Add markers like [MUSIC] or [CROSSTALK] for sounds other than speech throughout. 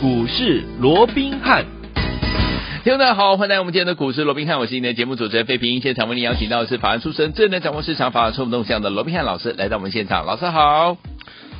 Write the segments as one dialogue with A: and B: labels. A: 股市罗宾汉。听众大家好，欢迎来到我们今天的股市罗宾汉，我是你的节目主持人费平。现场为您邀请到的是法案出身、最能掌握市场法案冲动向的罗宾汉老师来到我们现场，老师好。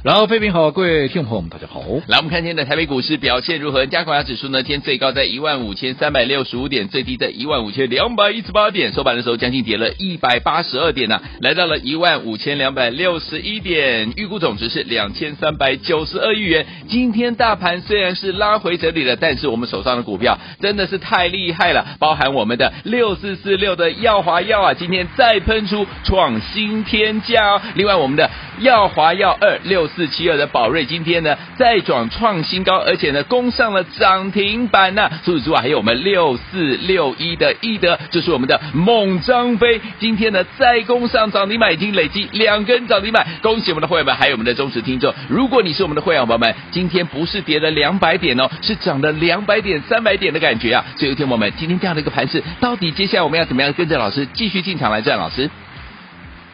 B: 然后，飞平好，各位听众朋友们，大家好。
A: 来，我们看今天的台北股市表现如何？加权指数呢，今天最高在15,365点，最低在15,218点，收盘的时候将近跌了182点呢、来到了15,261点，预估总值是2,392亿元。今天大盘虽然是拉回整理了，但是我们手上的股票真的是太厉害了，包含我们的6446的耀华药啊，今天再喷出创新天价哦。另外，我们的耀华药二呃六四七二的宝瑞今天呢再转创新高，而且呢攻上了涨停板呐、除此之外，还有我们六四六一的易德，这是我们的猛张飞，今天呢再攻上涨停板，已经累积两根涨停板，恭喜我们的会员们，还有我们的忠实听众。如果你是我们的会员朋友们，今天不是跌了两百点哦，是涨了两百点、三百点的感觉啊！所以，听众朋友们，今天这样的一个盘势，到底接下来我们要怎么样跟着老师继续进场来赚？老师，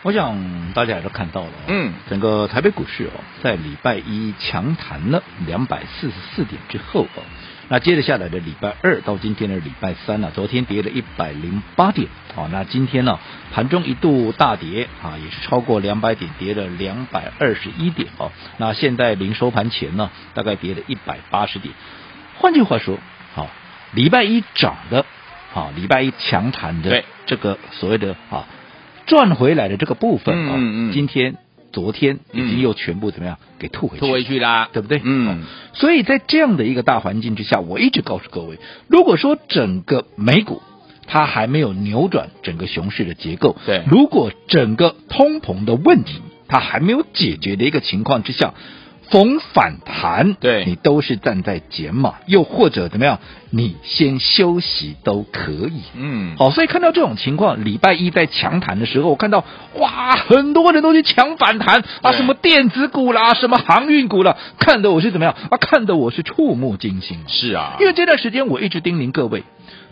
B: 我想大家也都看到了、哦，
A: 嗯，
B: 整个台北股市哦，在礼拜一强弹了两百四十四点之后哦，那接着下来的礼拜二到今天的礼拜三呢、昨天跌了一百零八点，哦，那今天呢、盘中一度大跌啊，也是超过两百点，跌了两百二十一点哦，那现在临收盘前呢，大概跌了一百八十点，换句话说，好、礼拜一涨的，好、礼拜一强弹的
A: 对
B: 这个所谓的啊赚回来的这个部分啊、
A: 嗯嗯嗯
B: 今天、昨天已
A: 嗯
B: 经又全部怎么样给吐回去
A: 拖回去啦，
B: 对不对？
A: 嗯
B: 哦所以在这样的一个大环境之下，我一直告诉各位，如果说整个美股它还没有扭转整个熊市的结构，
A: 对
B: 如果整个通膨的问题它还没有解决的一个情况之下。逢反弹，
A: 对
B: 你都是站在减码，又或者怎么样，你先休息都可以。
A: 嗯，
B: 好，所以看到这种情况，礼拜一在强谈的时候，我看到哇，很多人都去抢反弹啊，
A: 对
B: 什么电子股啦，什么航运股啦，看得我是怎么样啊，看得我是触目惊心。
A: 是啊
B: 因为这段时间我一直叮咛各位，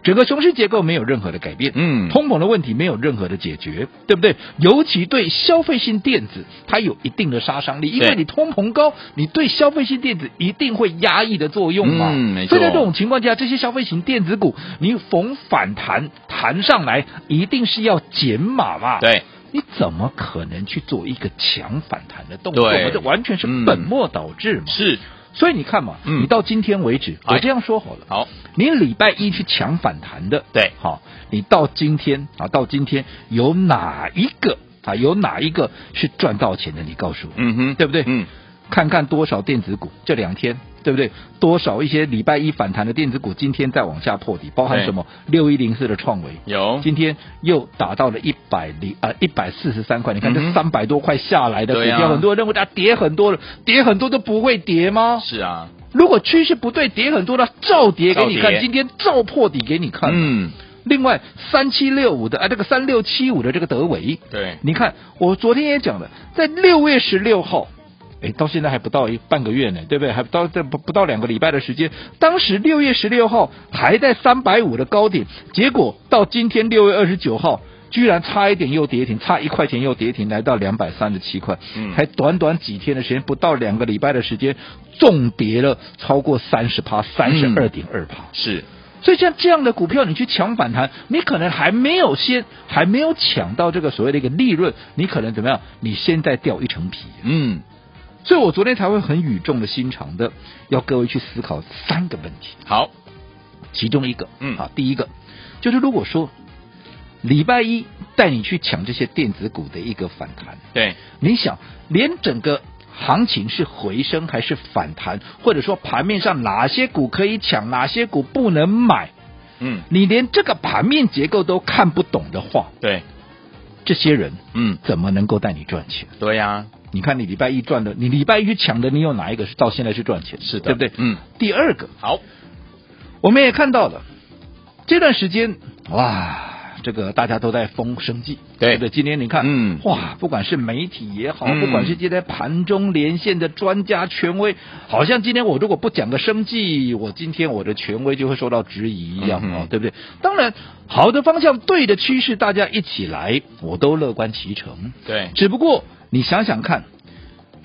B: 整个熊市结构没有任何的改变，
A: 嗯
B: 通膨的问题没有任何的解决，对不对？尤其对消费性电子，它有一定的杀伤力，因
A: 对
B: 为你通膨高，你对消费性电子一定会压抑的作用嘛。
A: 嗯没
B: 所
A: 错
B: 以在这种情况下，这些消费型电子股，你逢反弹弹上来，一定是要减码嘛。。
A: 对，
B: 你怎么可能去做一个强反弹的动作
A: 对
B: 嘛？这完全是
A: 嗯
B: 本末倒置嘛。
A: 是
B: 所以你看嘛，
A: 嗯
B: 你到今天为止，
A: 哎
B: 我这样说好了，
A: 好，
B: 你礼拜一去抢反弹的，
A: 对
B: 好，你到今天啊，到今天有哪一个啊，有哪一个是赚到钱的？你告诉我，
A: 嗯哼，
B: 对不对？
A: 嗯，
B: 看看多少电子股这两天，对不对？多少一些礼拜一反弹的电子股，今天再往下破底，包含
A: 对
B: 什么？六一零四的创维。
A: 有，
B: 今天又打到了一百零啊一百四十三块，你看
A: 嗯
B: 这
A: 哼
B: 三百多块下来的股
A: 对啊
B: 票，很多人认为它跌很多了，跌很多都不会跌吗？
A: 是啊，
B: 如果趋势不对，跌很多，那照跌给你
A: 照跌
B: 看，今天照破底给你看。
A: 嗯，
B: 另外，三七六五的啊，这个三六七五的这个德维，
A: 对，
B: 你看我昨天也讲了，在六月十六号。哎，到现在还不到一半个月呢，对不对？还不到这不不到两个礼拜的时间。当时六月十六号还在三百五的高点，结果到今天六月二十九号，居然差一点又跌停，差一块钱又跌停，来到两百三十七块。
A: 嗯
B: 才短短几天的时间，不到两个礼拜的时间，重跌了超过三十趴，三十二点二趴。
A: 是，
B: 所以像这样的股票，你去抢反弹，你可能还没有先还没有抢到这个所谓的一个利润，你可能怎么样？你现在掉一层皮。
A: 嗯，
B: 所以我昨天才会很语重的心长的要各位去思考三个问题，
A: 好，
B: 其中一个，
A: 嗯
B: 啊，第一个就是如果说礼拜一带你去抢这些电子股的一个反弹，
A: 对，
B: 你想，连整个行情是回升还是反弹，或者说盘面上哪些股可以抢，哪些股不能买，
A: 嗯，
B: 你连这个盘面结构都看不懂的话，
A: 对，
B: 这些人
A: 嗯，
B: 怎么能够带你赚钱？
A: 对呀，
B: 你看你礼拜一赚的，你礼拜一去抢的，你有哪一个是到现在是赚钱？
A: 是
B: 对
A: 的
B: 不对？
A: 嗯。
B: 第二个，
A: 好，
B: 我们也看到了这段时间，哇。这个大家都在封生计，
A: 对
B: 不对？今天你看，
A: 嗯
B: 哇，不管是媒体也好，
A: 嗯
B: 不管是今天盘中连线的专家权威，好像今天我如果不讲个生计，我今天我的权威就会受到质疑一样、
A: 嗯哼
B: 哦，对不对？当然，好的方向，对的趋势，大家一起来，我都乐观其成。
A: 对，
B: 只不过你想想看，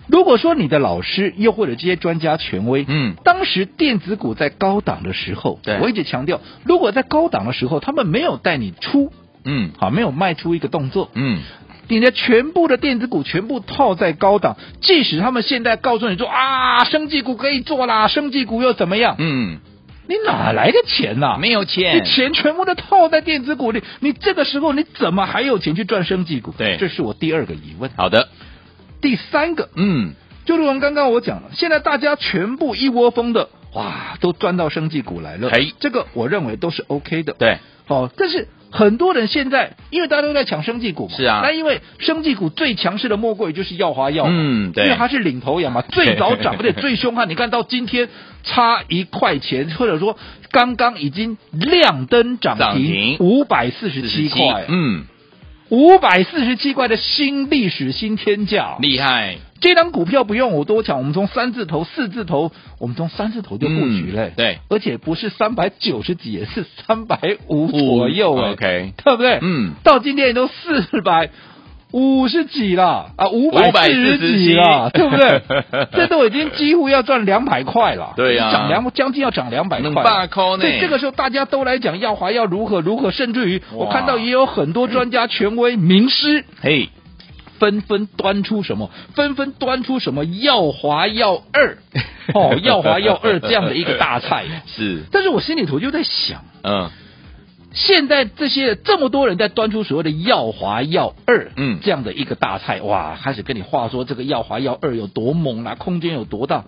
B: 如果说你的老师又或者这些专家权威，
A: 嗯
B: 当时电子股在高档的时候，
A: 对
B: 我一直强调，如果在高档的时候他们没有带你出，
A: 嗯
B: 好，没有迈出一个动作，
A: 嗯，
B: 你的全部的电子股全部套在高档，即使他们现在告诉你说啊，生技股可以做啦，生技股又怎么样？
A: 嗯，
B: 你哪来的钱呐、
A: 没有
B: 你
A: 钱，
B: 钱全部都套在电子股里，你这个时候你怎么还有钱去赚生技股？
A: 对
B: 这是我第二个疑问。
A: 好的，
B: 第三个，
A: 嗯，
B: 就如同刚刚我讲了，现在大家全部一窝蜂的，哇，都钻到生技股来了
A: 嘿。
B: 这个我认为都是 OK 的。
A: 对，
B: 哦，但是很多人现在，因为大家都在抢生技股嘛，
A: 是啊
B: 那因为生技股最强势的莫过于就是耀华药，
A: 嗯对
B: 因为它是领头羊嘛，最早涨，而且最凶
A: [LAUGHS]
B: 悍。你看到今天差一块钱，或者说刚刚已经亮灯涨
A: 涨
B: 停
A: 停
B: 五百四十七
A: 47
B: 块，
A: 嗯，
B: 五百四十七块的新历史新天价哦，
A: 厉害，
B: 这张股票不用我多讲，我们从三字头、四字头，我们从三字头就布局了、
A: 嗯对，
B: 而且不是三百九十几，是三百五左右哎、
A: 嗯，OK，
B: 对不对？
A: 嗯，
B: 到今天也都四百五十几了啊，五百四十几了，
A: 547
B: 对不对？
A: [LAUGHS]
B: 这都已经几乎要赚两百块了，
A: 对呀
B: 涨两将近要涨两百块
A: 两百
B: 了，
A: 块呢
B: 所以这个时候大家都来讲耀华要如何如何，甚至于我
A: 哇
B: 看到也有很多专家、权威、名师。
A: 嘿，
B: 纷纷端出什么？纷纷端出什么？耀华耀
A: [LAUGHS]
B: 二，哦，耀华耀二这样的一个大菜。
A: 是，
B: 但是我心里头就在想，
A: 嗯
B: 现在这些这么多人在端出所谓的耀华耀二，
A: 嗯
B: 这样的一个大菜，哇，开始跟你话说这个耀华耀二有多猛啦、空间有多大。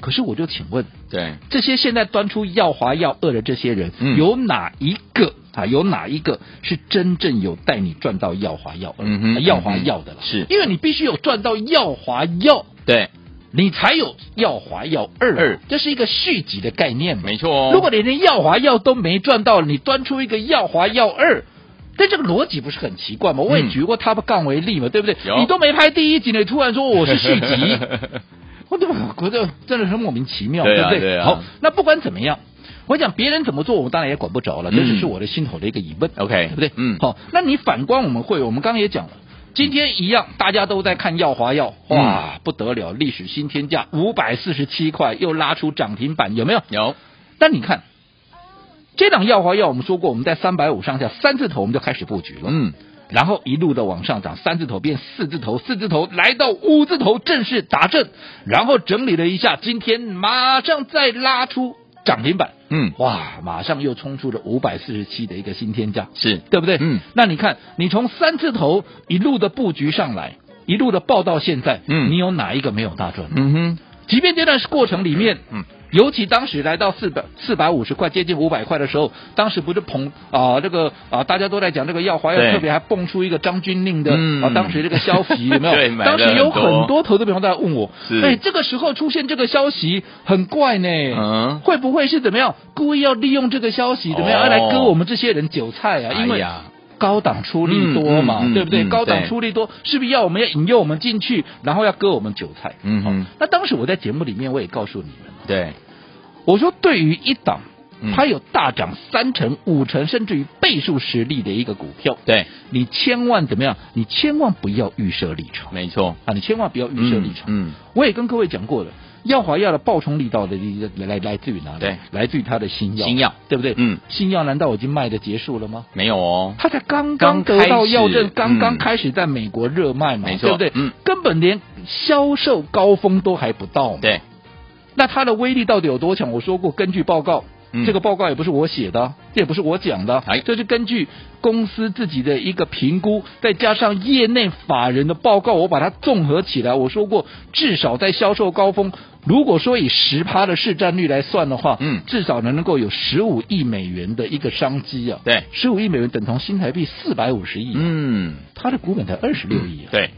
B: 可是我就请问，
A: 对，
B: 这些现在端出耀华耀二的这些人，
A: 嗯
B: 有哪一个啊？有哪一个是真正有带你赚到耀华耀二、
A: 嗯哼
B: 啊耀华
A: 嗯哼
B: 耀的了？
A: 是
B: 因为你必须有赚到耀华耀，
A: 对，
B: 你才有耀华耀二嘛。
A: 二
B: 这是一个续集的概念嘛？
A: 没错哦。
B: 如果你连耀华药都没赚到，你端出一个耀华药二。但这个逻辑不是很奇怪吗？我也
A: 嗯
B: 举过 Top Gun 为例嘛，对不对？
A: 有
B: 你都没拍第一集，你突然说我是续
A: [LAUGHS]
B: 集，我怎么觉得真的是莫名其妙，
A: 对啊
B: 不对？
A: 对啊
B: 好，那不管怎么样，我讲别人怎么做，我们当然也管不着了，
A: 嗯
B: 这只是我的心头的一个疑问，
A: OK，
B: 对不对？
A: 嗯
B: 好，那你反观我们会，我们刚刚也讲了。今天一样，大家都在看耀华药，哇，
A: 嗯
B: 不得了，历史新天价，五百四十七块，又拉出涨停板，有没有？
A: 有，
B: 但你看，这档耀华药，我们说过，我们在三百五上下三字头我们就开始布局了，，
A: 嗯，
B: 然后一路的往上涨，三字头变四字头，四字头来到五字头，正式达阵，然后整理了一下，今天马上再拉出涨停板，
A: 嗯，
B: 哇，马上又冲出了五百四十七的一个新天价，
A: 是，
B: 对不对？
A: 嗯，
B: 那你看，你从三字头一路的布局上来。一路的报到现在，
A: 嗯
B: 你有哪一个没有大赚？
A: 嗯哼，
B: 即便这段过程里面，
A: 嗯，
B: 尤其当时来到四百四百五十块，接近五百块的时候，当时不是捧啊、这个啊、大家都在讲这个耀华
A: 对
B: 药，特别还蹦出一个张军令的啊、
A: 嗯
B: 当时这个消
A: [LAUGHS]
B: 息有没有？
A: 对买了
B: 当时有
A: 很多
B: 很多投资朋友都在问我
A: 是，
B: 哎，这个时候出现这个消息很怪呢。
A: 嗯，
B: 会不会是怎么样故意要利用这个消息怎么样、
A: 哦
B: 要来割我们这些人韭菜啊？因
A: 哎
B: 为
A: 呀
B: 高档出力多嘛，
A: 嗯嗯嗯
B: 对不对？
A: 嗯
B: 高档
A: 对
B: 出力多，是不是要我们要引诱我们进去，然后要割我们韭菜？
A: 嗯哼，
B: 那当时我在节目里面我也告诉你们，
A: 对，
B: 我说对于一档
A: 嗯
B: 它有大涨三成、五成甚至于倍数实力的一个股票，
A: 对，
B: 你千万怎么样？你千万不要预设立场
A: 没错，
B: 啊！你千万不要预设立场。
A: 嗯，
B: 我也跟各位讲过了，耀华药的爆冲力道的来来来自于哪里？
A: 对，
B: 来自于它的新药。
A: 新药，
B: 对不对？
A: 嗯，
B: 新药难道已经卖的结束了吗？
A: 没有哦，
B: 它才刚刚
A: 刚
B: 得到药
A: 开
B: 证
A: 始，
B: 刚刚
A: 嗯
B: 开始在美国热卖嘛，
A: 没
B: 对
A: 错
B: 不对？
A: 嗯，
B: 根本连销售高峰都还不到嘛。
A: 对，
B: 那它的威力到底有多强？我说过，根据报告，
A: 嗯
B: 这个报告也不是我写的，这也不是我讲的
A: 哎，
B: 这是根据公司自己的一个评估，再加上业内法人的报告，我把它综合起来。我说过，至少在销售高峰，如果说以十趴的市占率来算的话，
A: 嗯
B: 至少能够有十五亿美元的一个商机啊。
A: 对，
B: 十五亿美元等同新台币四百五十亿，
A: 嗯，
B: 它的股本才二十六亿啊，
A: 对，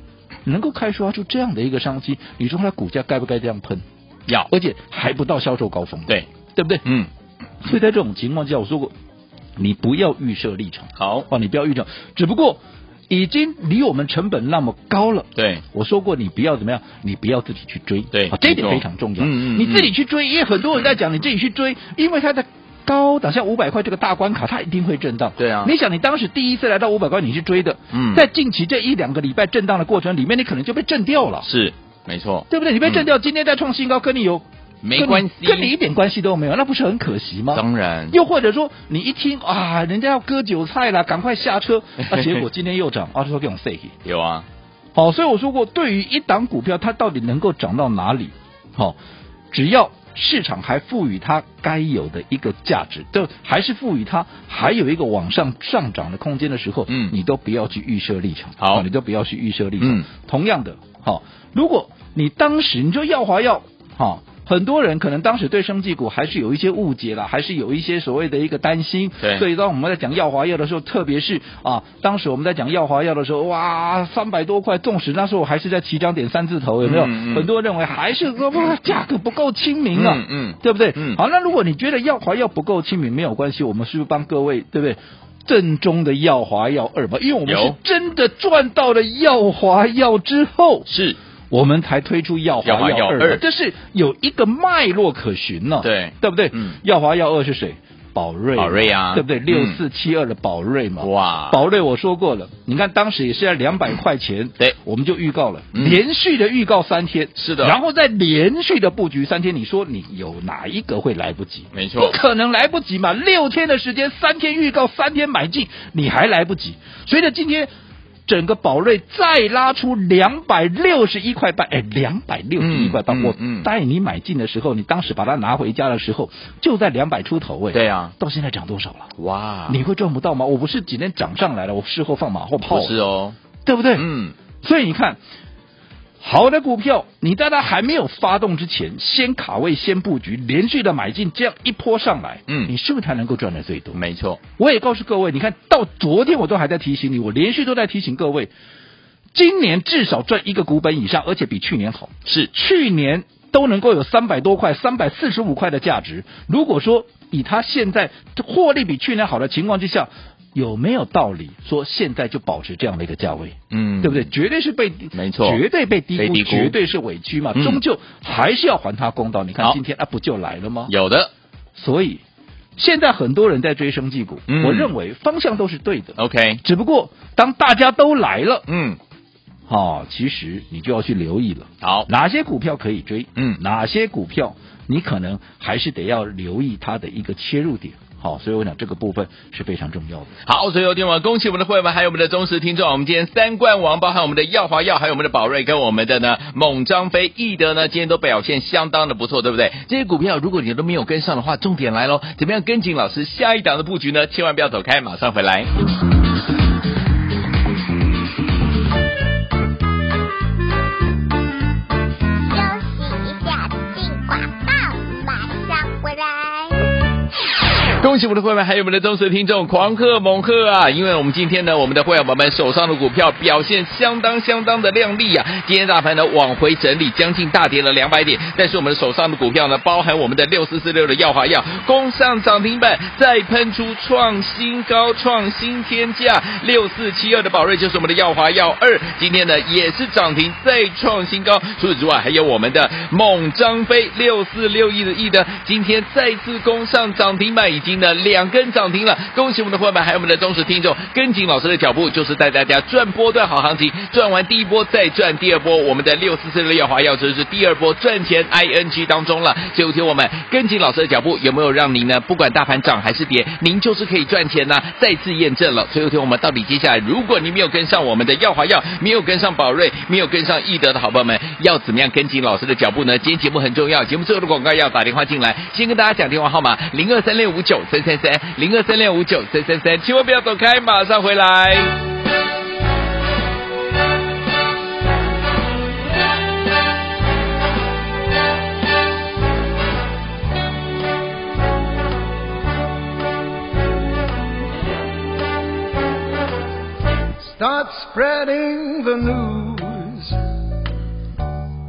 B: 能够开发出这样的一个商机，你说它股价该不该这样喷？
A: 要，
B: 而且还不到销售高峰，
A: 对，
B: 对不对？
A: 嗯，
B: 所以在这种情况下，我说过，你不要预设立场，
A: 好，
B: 哦，你不要预设，只不过已经离我们成本那么高了。
A: 对，
B: 我说过，你不要怎么样，你不要自己去追，
A: 对
B: 啊这一点
A: 没错
B: 非常重要。
A: 嗯嗯嗯
B: 你自己去追，因为很多人在讲你自己去追，因为它的高档，像五百块这个大关卡，它一定会震荡。
A: 对啊
B: 你想，你当时第一次来到五百块，你去追的，
A: 嗯
B: 在近期这一两个礼拜震荡的过程里面，你可能就被震掉了。
A: 是，没错，
B: 对不对？你被震
A: 嗯
B: 掉，今天再创新高，跟你有
A: 没关系，
B: 跟你，跟你一点关系都没有，那不是很可惜吗？
A: 当然，
B: 又或者说，你一听啊，人家要割韭菜啦，赶快下
A: [LAUGHS]
B: 车，啊，结果今天又涨，啊，就说给我 say
A: 有啊，
B: 好，所以我说过，对于一档股票，它到底能够涨到哪里，好、只要市场还赋予它该有的一个价值，就还是赋予它还有一个往上上涨的空间的时候，
A: 嗯
B: 你都不要去预设立场，啊
A: 好
B: 你都不要去预设立场。
A: 嗯
B: 同样的，好、如果你当时你说耀华要，好、很多人可能当时对生技股还是有一些误解啦，还是有一些所谓的一个担心。
A: 对
B: 所以当我们在讲耀华药的时候，特别是啊，当时我们在讲耀华药的时候，哇，三百多块，纵使那时候我还是在起涨点三字头，有没有？
A: 嗯嗯
B: 很多人认为还是说哇，价格不够亲民啊。
A: 嗯嗯
B: 对不对？
A: 嗯
B: 好，那如果你觉得耀华药不够亲民，没有关系，我们是不是帮各位，对不对？正宗的耀华药二嘛，因为我们
A: 有
B: 是真的赚到了耀华药之后，
A: 是，
B: 我们才推出耀
A: 耀
B: 华
A: 华药
B: 药二
A: 二
B: 嘛，这是有一个脉络可循呢、
A: 对
B: 对不对？
A: 嗯
B: 耀华药二是谁？宝瑞嘛，
A: 宝瑞啊
B: 对不对？
A: 嗯
B: 六四七二的宝瑞嘛，
A: 哇，
B: 宝瑞我说过了，你看当时也是在两百块钱，
A: 对
B: 我们就预告了，
A: 嗯
B: 连续的预告三天，
A: 是的
B: 然后再连续的布局三天，你说你有哪一个会来不及？
A: 没
B: 不
A: 错，
B: 可能来不及嘛！六天的时间，三天预告，三天买进，你还来不及。随着今天整个宝瑞再拉出两百六十一块半，哎，两百六十一块半，
A: 嗯
B: 我
A: 嗯
B: 带你买进的时候，你当时把它拿回家的时候，就在两百出头，哎，
A: 对啊，
B: 到现在涨多少了？
A: 哇，
B: 你会赚不到吗？我不是今天涨上来了，我事后放马后炮
A: 不，是哦，
B: 对不对？
A: 嗯，
B: 所以你看，好的股票，你在它还没有发动之前，先卡位，先布局，连续的买进，这样一波上来，
A: 嗯
B: 你是不是才能够赚的最多？
A: 没错，
B: 我也告诉各位，你看到昨天我都还在提醒你，我连续都在提醒各位，今年至少赚一个股本以上，而且比去年好。
A: 是，
B: 去年都能够有三百多块、三百四十五块的价值。如果说以它现在获利比去年好的情况之下，有没有道理说现在就保持这样的一个价位？
A: 嗯，
B: 对不对？？绝对是被
A: 没错
B: 绝对被低
A: 被
B: 估，
A: 低估
B: 绝对是委屈嘛，
A: 嗯
B: 终究还是要还他公道。你看
A: 好
B: 今天啊，不就来了吗？
A: 有的
B: 所以现在很多人在追生技股，
A: 嗯
B: 我认为方向都是对的，
A: ，OK，
B: 只不过当大家都来了，
A: 嗯，
B: 哦，其实你就要去留意了，
A: 好，
B: 哪些股票可以追，
A: 哦嗯
B: 哪些股票你可能还是得要留意它的一个切入点。好，所以我想这个部分是非常重要的。
A: 好，所以有电网恭喜我们的会员们，还有我们的忠实听众啊。我们今天三冠王，包含我们的耀华耀，还有我们的宝瑞跟我们的呢猛张飞、易德呢，今天都表现相当的不错，对不对？这些股票如果你都没有跟上的话，重点来喽，怎么样跟紧老师下一档的布局呢？千万不要走开，马上回来。
C: 休息一下，进广告，马上回来。
A: [LAUGHS] 恭喜我们的会员，还有我们的忠实听众，狂贺猛贺啊！因为我们今天呢，我们的会员宝宝们手上的股票表现相当相当的亮丽啊！今天大盘呢往回整理，将近大跌了两百点，但是我们手上的股票呢，包含我们的六四四六的耀华药攻上涨停板，再喷出创新高、创新天价，六四七二的宝瑞就是我们的耀华药二，今天呢也是涨停再创新高。除此之外，还有我们的猛张飞六四六一的亿的，今天再次攻上涨停板，已经呢两根涨停了。恭喜我们的伙伴，还有我们的忠实听众，跟紧老师的脚步，就是带大家赚波段好行情，赚完第一波再赚第二波。我们的六四四六耀华药这是第二波赚钱 ING 当中了。所以有请我们跟紧老师的脚步，有没有让您呢不管大盘涨还是跌，您就是可以赚钱呢、再次验证了。所以有请我们到底接下来，如果您没有跟上我们的耀华药，没有跟上宝瑞，没有跟上易德的好朋友们，要怎么样跟紧老师的脚步呢？今天节目很重要，节目最后的广告要打电话进来，先跟大家讲电话号码零二三六五九三三三零二三六五九三三三，千万不要走开，马上回来。
D: Start spreading the news.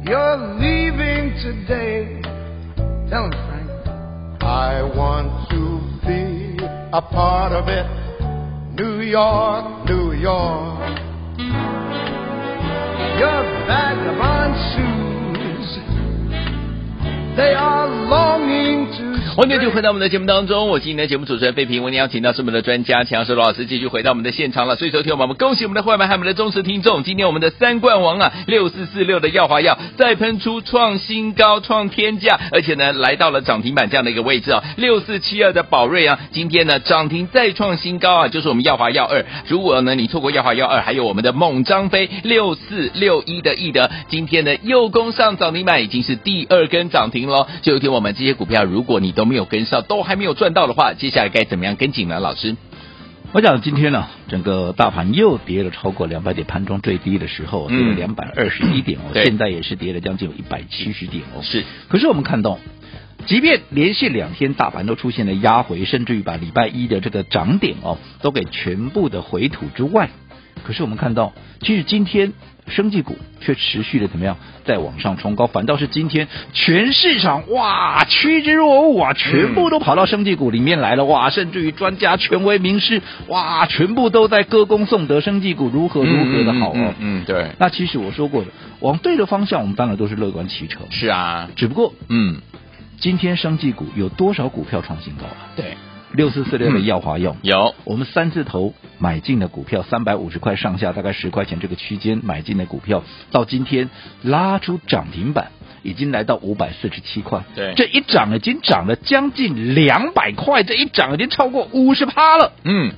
D: You're leaving today. Tell him, Frank. I want to be a part of it. New York, New York. Your vagabond shoes. They are longing to
A: 欢迎继续回到我们的节目当中，我是你的节目主持人费平，为您邀请到是我们的专家强石罗老师继续回到我们的现场了。所以昨天我们恭喜我们的会员还有我们的忠实听众，今天我们的三冠王啊，六四四六的耀华药再喷出创新高、创天价，而且呢来到了涨停板这样的一个位置啊，六四七二的宝瑞啊，今天呢涨停再创新高啊，就是我们耀华药二。如果呢你错过耀华药二，还有我们的猛张飞六四六一的易德，今天呢又攻上涨停板，已经是第二根涨停喽。就有一天我们这些股票，如果你都没有跟上，都还没有赚到的话，接下来该怎么样跟紧呢？老师，
B: 我想今天呢，整个大盘又跌了超过两百点，盘中最低的时候跌了两
A: 嗯
B: 百二十一点哦，
A: 对
B: 现在也是跌了将近有一百七十点哦。
A: 是
B: 可是我们看到，即便连续两天大盘都出现了压回，甚至于把礼拜一的这个涨点哦，都给全部的回吐之外，可是我们看到，其实今天生技股却持续的怎么样在往上冲高，反倒是今天全市场哇趋之若鹜啊，全部都跑到生技股里面来了哇，甚至于专家、权威、名师哇，全部都在歌功颂德生技股如何如何的好哦。
A: 嗯嗯嗯嗯对，
B: 那其实我说过的，往对的方向，我们当然都是乐观其成。
A: 是啊，
B: 只不过
A: 嗯，
B: 今天生技股有多少股票创新高啊？
A: 对，
B: 六四四六的耀华药，
A: 有，
B: 我们三字头买进的股票，三百五十块上下，大概十块钱这个区间买进的股票，到今天拉出涨停板，已经来到五百四十七块。
A: 对
B: 这一涨已经涨了将近两百块，这一涨已经超过五十趴了。
A: 嗯，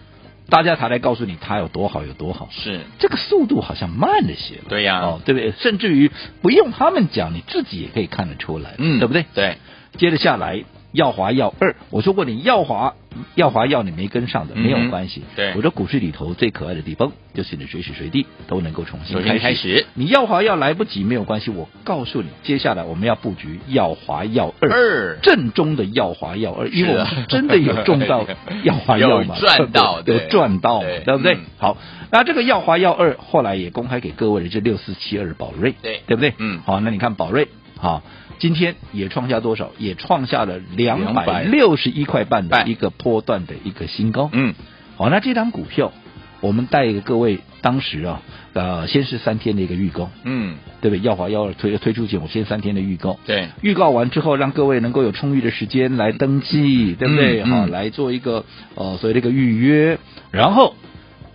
B: 大家才来告诉你它有多好，有多好。
A: 是，
B: 这个速度好像慢了些了，
A: 对呀
B: 哦，对不对？甚至于不用他们讲，你自己也可以看得出来，
A: 嗯，
B: 对不对？
A: 对，
B: 接着下来，耀华耀二，我说过你耀华耀华耀你没跟上的
A: 嗯哼
B: 没有关系，
A: 对
B: 我说股市里头最可爱的地方就是你随时随地都能够重新
A: 重
B: 开
A: 新
B: 始。
A: 开始，
B: 你耀华耀来不及没有关系，我告诉你，接下来我们要布局耀华耀二。
A: 二，
B: 正宗的耀华耀二，因为
A: 是
B: 我
A: 啊
B: 们真的有中到耀华耀嘛，
A: [LAUGHS] 有赚到
B: 对不对
A: 对
B: 有赚到嘛
A: 对，
B: 对不对
A: 嗯？
B: 好，那这个耀华耀二后来也公开给各位的是六四七二宝瑞，
A: 对
B: 对不对？
A: 嗯
B: 好，那你看宝瑞，好，今天也创下多少？也创下了两百六十一块半的
A: 半
B: 一个波段的一个新高。
A: 嗯，
B: 好，那这张股票我们带给各位当时啊，呃，先是三天的一个预告，
A: 嗯，
B: 对不对？耀华耀二推推出前，我先三天的预告，
A: 对，
B: 预告完之后，让各位能够有充裕的时间来登记，对不对？
A: 嗯
B: 好、
A: 嗯
B: 来做一个呃所谓的一个预约，然后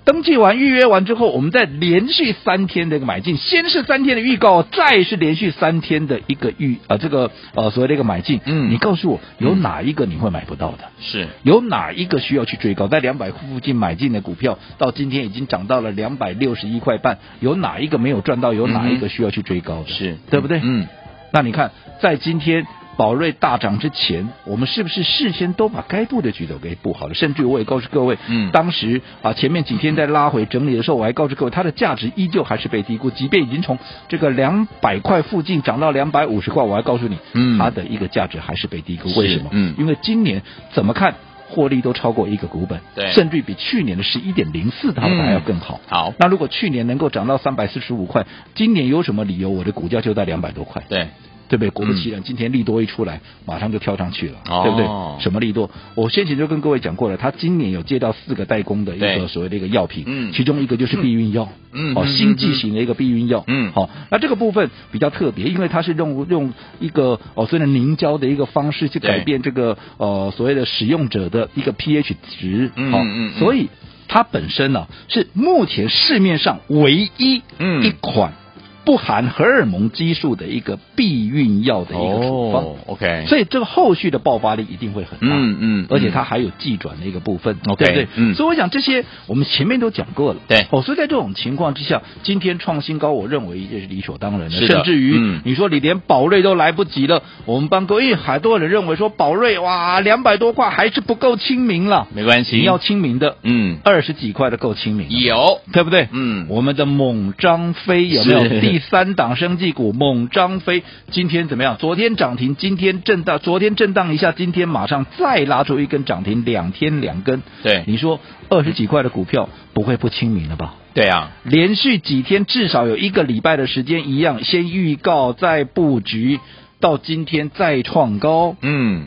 B: 登记完、预约完之后，我们再连续三天的一个买进，先是三天的预告，再是连续三天的一个预呃这个呃所谓的一个买进。
A: 嗯
B: 你告诉我有哪一个你会买不到的？
A: 是，
B: 有哪一个需要去追高？在两百附近买进的股票，到今天已经涨到了两百六十一块半，有哪一个没有赚到？有哪一个需要去追高的？
A: 嗯是
B: 对不对？
A: 嗯，
B: 那你看，在今天宝瑞大涨之前，我们是不是事先都把该布的局都给布好了？甚至我也告诉各位，
A: 嗯
B: 当时啊前面几天在拉回整理的时候，我还告诉各位，它的价值依旧还是被低估，即便已经从这个两百块附近涨到两百五十块，我还告诉你，
A: 嗯
B: 它的一个价值还是被低估。
A: 是
B: 为什么？
A: 嗯
B: 因为今年怎么看？获利都超过一个股本，
A: 对嗯
B: 甚至于比去年的十一点零四，它还要更好。
A: 好，
B: 那如果去年能够涨到三百四十五块，今年有什么理由我的股价就在两百多块？
A: 对，
B: 对不对？果不其然，今天利多一出来，马上就跳上去了，
A: 嗯哦
B: 对不对？什么利多？我先前就跟各位讲过了，他今年有接到四个代工的一
A: 对
B: 个所谓的一个药品，
A: 嗯
B: 其中一个就是避孕药，
A: 嗯
B: 哦，
A: 嗯
B: 新剂型的一个避孕药，
A: 嗯
B: 好、那这个部分比较特别，因为它是用用一个哦，所谓的凝胶的一个方式去
A: 对
B: 改变这个呃所谓的使用者的一个 pH 值，
A: 嗯
B: 好
A: 嗯嗯
B: 所以它本身呢、是目前市面上唯一
A: 嗯
B: 一款不含荷尔蒙激素的一个避孕药的一个处方，
A: 哦，OK，
B: 所以这个后续的爆发力一定会很大。
A: 嗯嗯，
B: 而且它还有寄转的一个部分
A: OK，
B: 对不对？
A: 嗯
B: 所以我想这些我们前面都讲过了，
A: 对
B: 哦，所以在这种情况之下，今天创新高，我认为这是理所当然的，
A: 是的
B: 甚至于、
A: 嗯
B: 你说你连宝瑞都来不及了，我们帮各位，很多人认为说宝瑞哇两百多块还是不够亲民了，
A: 没关系，
B: 你要亲民的
A: 嗯
B: 二十几块的够亲民了，
A: 有，
B: 对不对？
A: 嗯
B: 我们的猛张飞有没有
A: 是
B: 第三档生技股？猛张飞今天怎么样？昨天涨停，今天震荡，昨天震荡一下，今天马上再拉出一根涨停，两天两根。
A: 对
B: 你说二十几块的股票不会不亲民了吧？
A: 对啊，
B: 连续几天至少有一个礼拜的时间，一样先预告再布局，到今天再创高，
A: 嗯，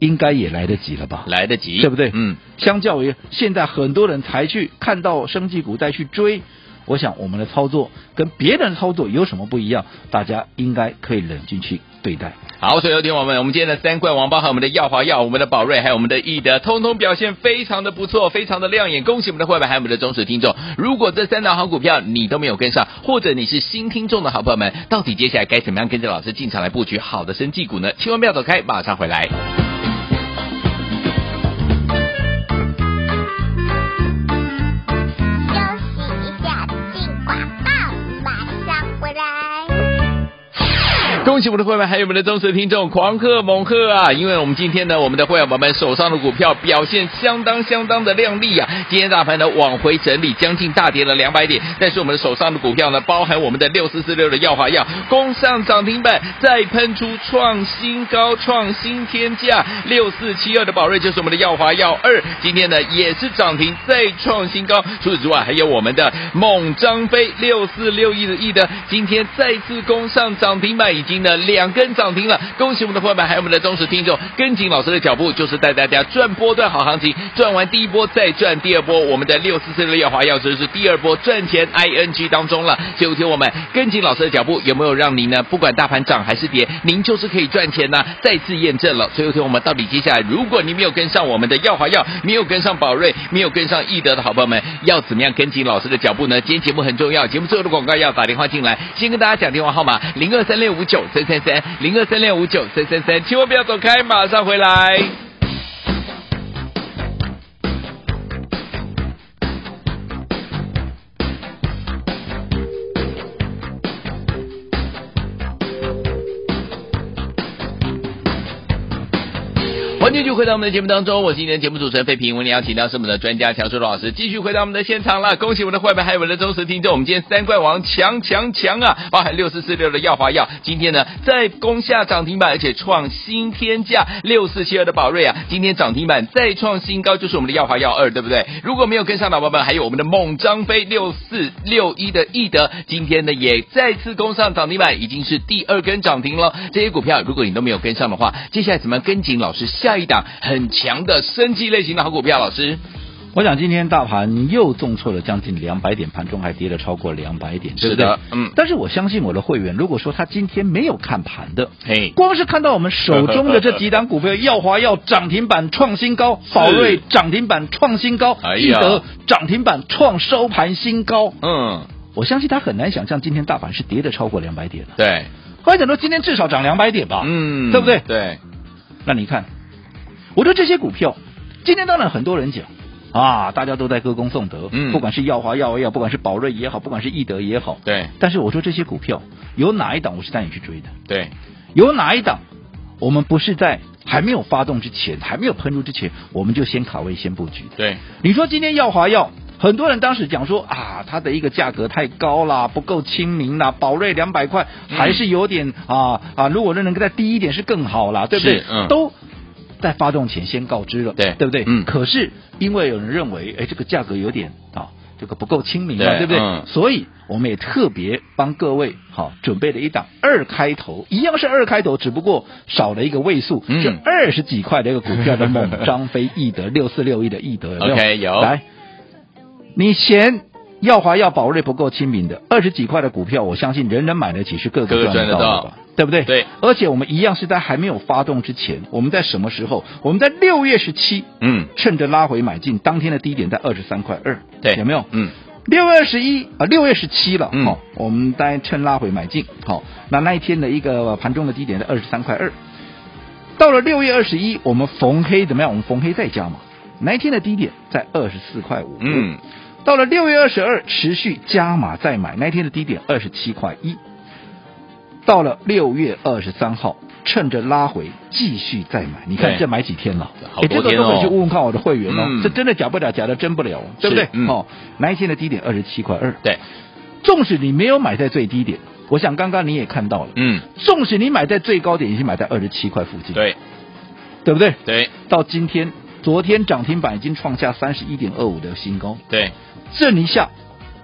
B: 应该也来得及了吧？
A: 来得及，
B: 对不对？
A: 嗯，
B: 相较于现在很多人才去看到生技股再去追，我想我们的操作跟别人的操作有什么不一样？大家应该可以冷静去对待。
A: 好，所以有听友们，我们今天的三冠王包含我们的耀华耀、我们的宝瑞，还有我们的易德，通通表现非常的不错，非常的亮眼。恭喜我们的会员，还有我们的忠实听众。如果这三档好股票你都没有跟上，或者你是新听众的好朋友们，到底接下来该怎么样跟着老师进场来布局好的生技股呢？千万不要走开，马上回来。
C: 休息一下，进广告，马上回来。
A: [LAUGHS] 恭喜我们的会员，还有我们的忠实听众，狂贺猛贺啊！因为我们今天呢，我们的会员宝宝们手上的股票表现相当相当的亮丽啊！今天大盘呢往回整理，将近大跌了两百点，但是我们的手上的股票呢，包含我们的六四四六的耀华药，攻上涨停板，再喷出创新高、创新天价，六四七二的宝瑞就是我们的耀华药二，今天呢也是涨停再创新高。除此之外，还有我们的猛张飞六四六一的亿的，今天再次攻上涨停板，已经呢两根涨停了。恭喜我们的伙伴，还有我们的忠实听众，跟紧老师的脚步，就是带大家赚波段好行情，赚完第一波再赚第二波。我们的六四四六耀华药这是第二波赚钱 ING 当中了。所以，有听我们跟紧老师的脚步，有没有让您呢？不管大盘涨还是跌，您就是可以赚钱呐、再次验证了。所以，有听我们到底接下来，如果您没有跟上我们的耀华药，没有跟上宝瑞，没有跟上易德的好朋友们，要怎么样跟紧老师的脚步呢？今天节目很重要，节目最后的广告要打电话进来，先跟大家讲电话号码零二三六五九三三三零二三六五九三三三，千万不要走开，马上回来。欢迎继续回到我们的节目当中，我是今天的节目主持人费平。为您邀请到是我们的专家强叔罗老师，继续回到我们的现场了。恭喜我们的会员，还有我们的忠实听众。我们今天三冠王强强强啊！包含六四四六的耀华药，今天呢再攻下涨停板，而且创新天价。六四七二的宝瑞啊，今天涨停板再创新高，就是我们的耀华药二，对不对？如果没有跟上的宝宝们，还有我们的猛张飞六四六一的易德，今天呢也再次攻上涨停板，已经是第二根涨停了。这些股票如果你都没有跟上的话，接下来怎么样跟紧老师下一档很强的升级类型的好股票？老师，
B: 我想今天大盘又重挫了将近两百点，盘中还跌了超过两百点，对不对
A: 是的？嗯
B: 但是我相信我的会员，如果说他今天没有看盘的，
A: 嘿
B: 光是看到我们手中的这几档股票，耀华耀涨停板创新高，宝瑞涨停板创新高
A: 哎，
B: 易
A: 呀
B: 德涨停板创收盘新高，
A: 嗯，
B: 我相信他很难想象今天大盘是跌的超过两百点的。
A: 对，
B: 或者说今天至少涨两百点吧，
A: 嗯，
B: 对不对？
A: 对，
B: 那你看，我说这些股票，今天当然很多人讲啊，大家都在歌功颂德，
A: 嗯
B: 不管是耀华耀威啊，不管是宝瑞也好，不管是易德也好，
A: 对，
B: 但是我说这些股票有哪一档我是带你去追的？
A: 对，
B: 有哪一档我们不是在还没有发动之前，还没有喷出之前，我们就先卡位先布局的？
A: 对，
B: 你说今天耀华药，很多人当时讲说啊，它的一个价格太高啦，不够亲民啦，宝瑞两百块
A: 嗯
B: 还是有点、啊啊，如果能够再低一点是更好啦，对不对
A: 是？嗯
B: 都。在发动前先告知了，
A: 对
B: 对不对？
A: 嗯
B: 可是因为有人认为，哎，这个价格有点啊，这个不够亲民嘛，
A: 对
B: 对不对？
A: 嗯
B: 所以我们也特别帮各位好、准备了一档二开头，一样是二开头，只不过少了一个位数，
A: 嗯
B: 是二十几块的一个股票的猛张飞易德六四六亿的易德，有没有
A: OK，有
B: 来，你嫌耀华耀宝瑞不够亲民的，二十几块的股票，我相信人人买得起，是个
A: 个个
B: 个赚
A: 赚
B: 得
A: 得
B: 到的
A: 到
B: 吧？对不对？
A: 对。
B: 而且我们一样是在还没有发动之前，我们在什么时候？我们在六月十七，
A: 嗯，
B: 趁着拉回买进，当天的低点在二十三块二，
A: 对，
B: 有没有？
A: 嗯，
B: 六月二十一啊，六月十七了，好、
A: 嗯
B: 我们当然趁拉回买进，好、那那一天的一个盘中的低点在二十三块二，到了六月二十一，我们逢黑怎么样？我们逢黑再加嘛，那一天的低点在二十四块五，
A: 嗯，
B: 到了六月二十二，持续加码再买，那一天的低点二十七块一，到了六月二十三号，趁着拉回继续再买，你看
A: 对
B: 这买几天了？
A: 好多
B: 诶这个
A: 天
B: 都可以
A: 哦
B: 去问问看我的会员哦，
A: 嗯
B: 这真的假不了，假的真不了，对不
A: 是
B: 对？
A: 嗯
B: 哦，那一天的低点二十七块二，
A: 对，
B: 纵使你没有买在最低点，我想刚刚你也看到了，
A: 嗯，
B: 纵使你买在最高点，也是买在二十七块附近，
A: 对，
B: 对不对？
A: 对，
B: 到今天，昨天涨停板已经创下三十一点二五的新高，
A: 对，
B: 震一下，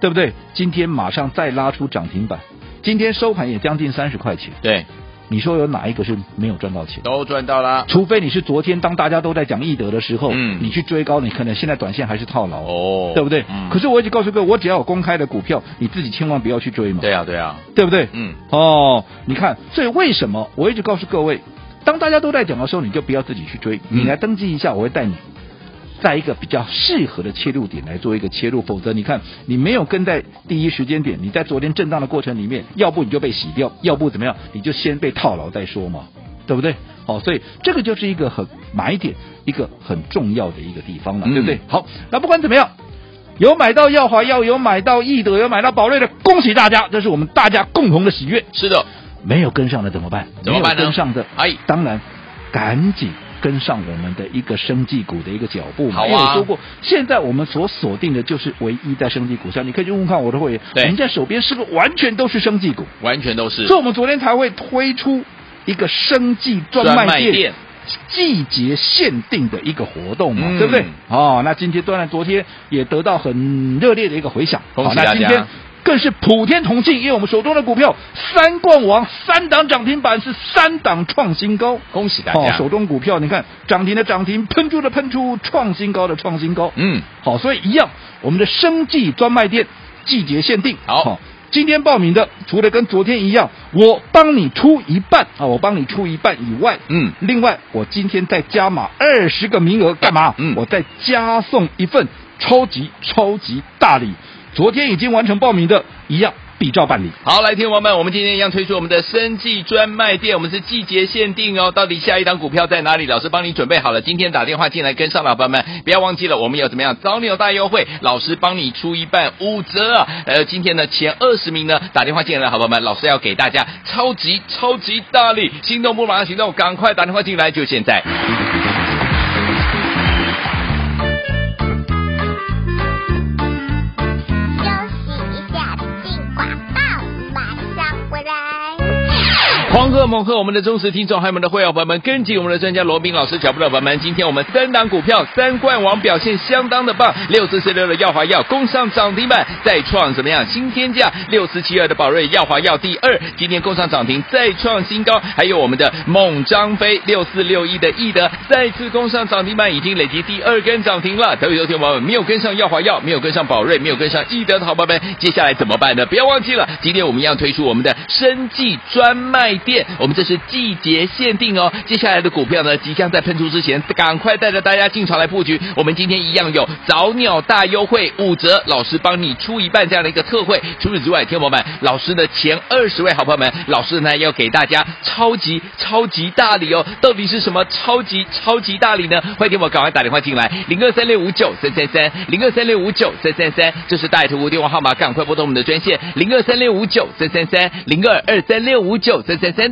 B: 对不对？今天马上再拉出涨停板，今天收盘也将近三十块钱，
A: 对，
B: 你说有哪一个是没有赚到钱？
A: 都赚到啦。
B: 除非你是昨天当大家都在讲易德的时候，
A: 嗯
B: 你去追高，你可能现在短线还是套牢，
A: 哦
B: 对不对？
A: 嗯
B: 可是我一直告诉各位，我只要有公开的股票，你自己千万不要去追嘛，
A: 对啊，对啊，
B: 对不对？
A: 嗯，
B: 哦，你看，所以为什么我一直告诉各位，当大家都在讲的时候，你就不要自己去追，
A: 嗯
B: 你来登记一下，我会带你。在一个比较适合的切入点来做一个切入，否则你看你没有跟在第一时间点，你在昨天震荡的过程里面，要不你就被洗掉，要不怎么样，你就先被套牢再说嘛，对不对？好，所以这个就是一个很买点，一个很重要的一个地方了，
A: 嗯
B: 对不对？好，那不管怎么样，有买到耀华药，有买到易德，有买到宝瑞的，恭喜大家，这是我们大家共同的喜悦。
A: 是的，
B: 没有跟上的怎么办？
A: 怎么办呢
B: 没有跟上的，
A: 哎
B: 当然赶紧。跟上我们的一个生技股的一个脚步嘛，
A: 好啊
B: 因为我说过，现在我们所锁定的就是唯一在生技股上，你可以去问问看我的会员，
A: 对
B: 人家手边是不是完全都是生技股？
A: 完全都是
B: 所以我们昨天才会推出一个生技专卖店。
A: 店，
B: 季节限定的一个活动嘛，
A: 嗯
B: 对不对？哦，那今天当然昨天也得到很热烈的一个回响，
A: 恭喜
B: 好
A: 大
B: 那
A: 家
B: 今天更是普天同庆，因为我们手中的股票三冠王三档涨停板是三档创新高。
A: 恭喜大
B: 哦
A: 家，，
B: 手中股票你看涨停的涨停，喷出的喷出，创新高的创新高。
A: 嗯，
B: 好，所以一样，我们的生计专卖店季节限定。
A: 好
B: 今天报名的，除了跟昨天一样，我帮你出一半啊，我帮你出一半以外，
A: 嗯
B: 另外我今天再加码二十个名额，干嘛？
A: 嗯
B: 我再加送一份超级超级大礼。昨天已经完成报名的，一样必照办理。
A: 好，来，听众朋友们，我们今天一样推出我们的生计专卖店，我们是季节限定哦。到底下一档股票在哪里？老师帮你准备好了，今天打电话进来跟上了，伙伴们，不要忘记了，我们有怎么样早鸟大优惠，老师帮你出一半五折啊！呃，今天呢前二十名呢打电话进来的好朋友们，老师要给大家超级超级大礼，心动不马上行动，赶快打电话进来，就现在。
C: 休息一下，进广告，马上回来。
A: 狂贺猛贺我们的忠实听众，还有我们的会员朋友们，跟紧我们的专家罗斌老师脚步的朋友们，今天我们三档股票三冠王表现相当的棒，六四四六的耀华药攻上涨停板，再创怎么样新天价？六四七二的宝瑞耀华药第二，今天攻上涨停再创新高，还有我们的猛张飞六四六一的易德再次攻上涨停板，已经累积第二根涨停了。各位有听友们没有跟上耀华药，没有跟上宝瑞，没有跟上易德的好朋友们，接下来怎么办呢？不要忘记了，今天我们要推出我们的生计专卖店，我们这是季节限定哦。接下来的股票呢，即将在喷出之前，赶快带着大家进场来布局。我们今天一样有早鸟大优惠五折，老师帮你出一半这样的一个特惠。除此之外，听友们，老师的前二十位好朋友们，老师呢要给大家超级超级大礼哦。到底是什么超级超级大礼呢？快点，我赶快打电话进来，零二三六五九三三三，零二三六五九三三三，这是大图电话号码，赶快拨通我们的专线零二三六五九三三三，零二二三六五九三三三，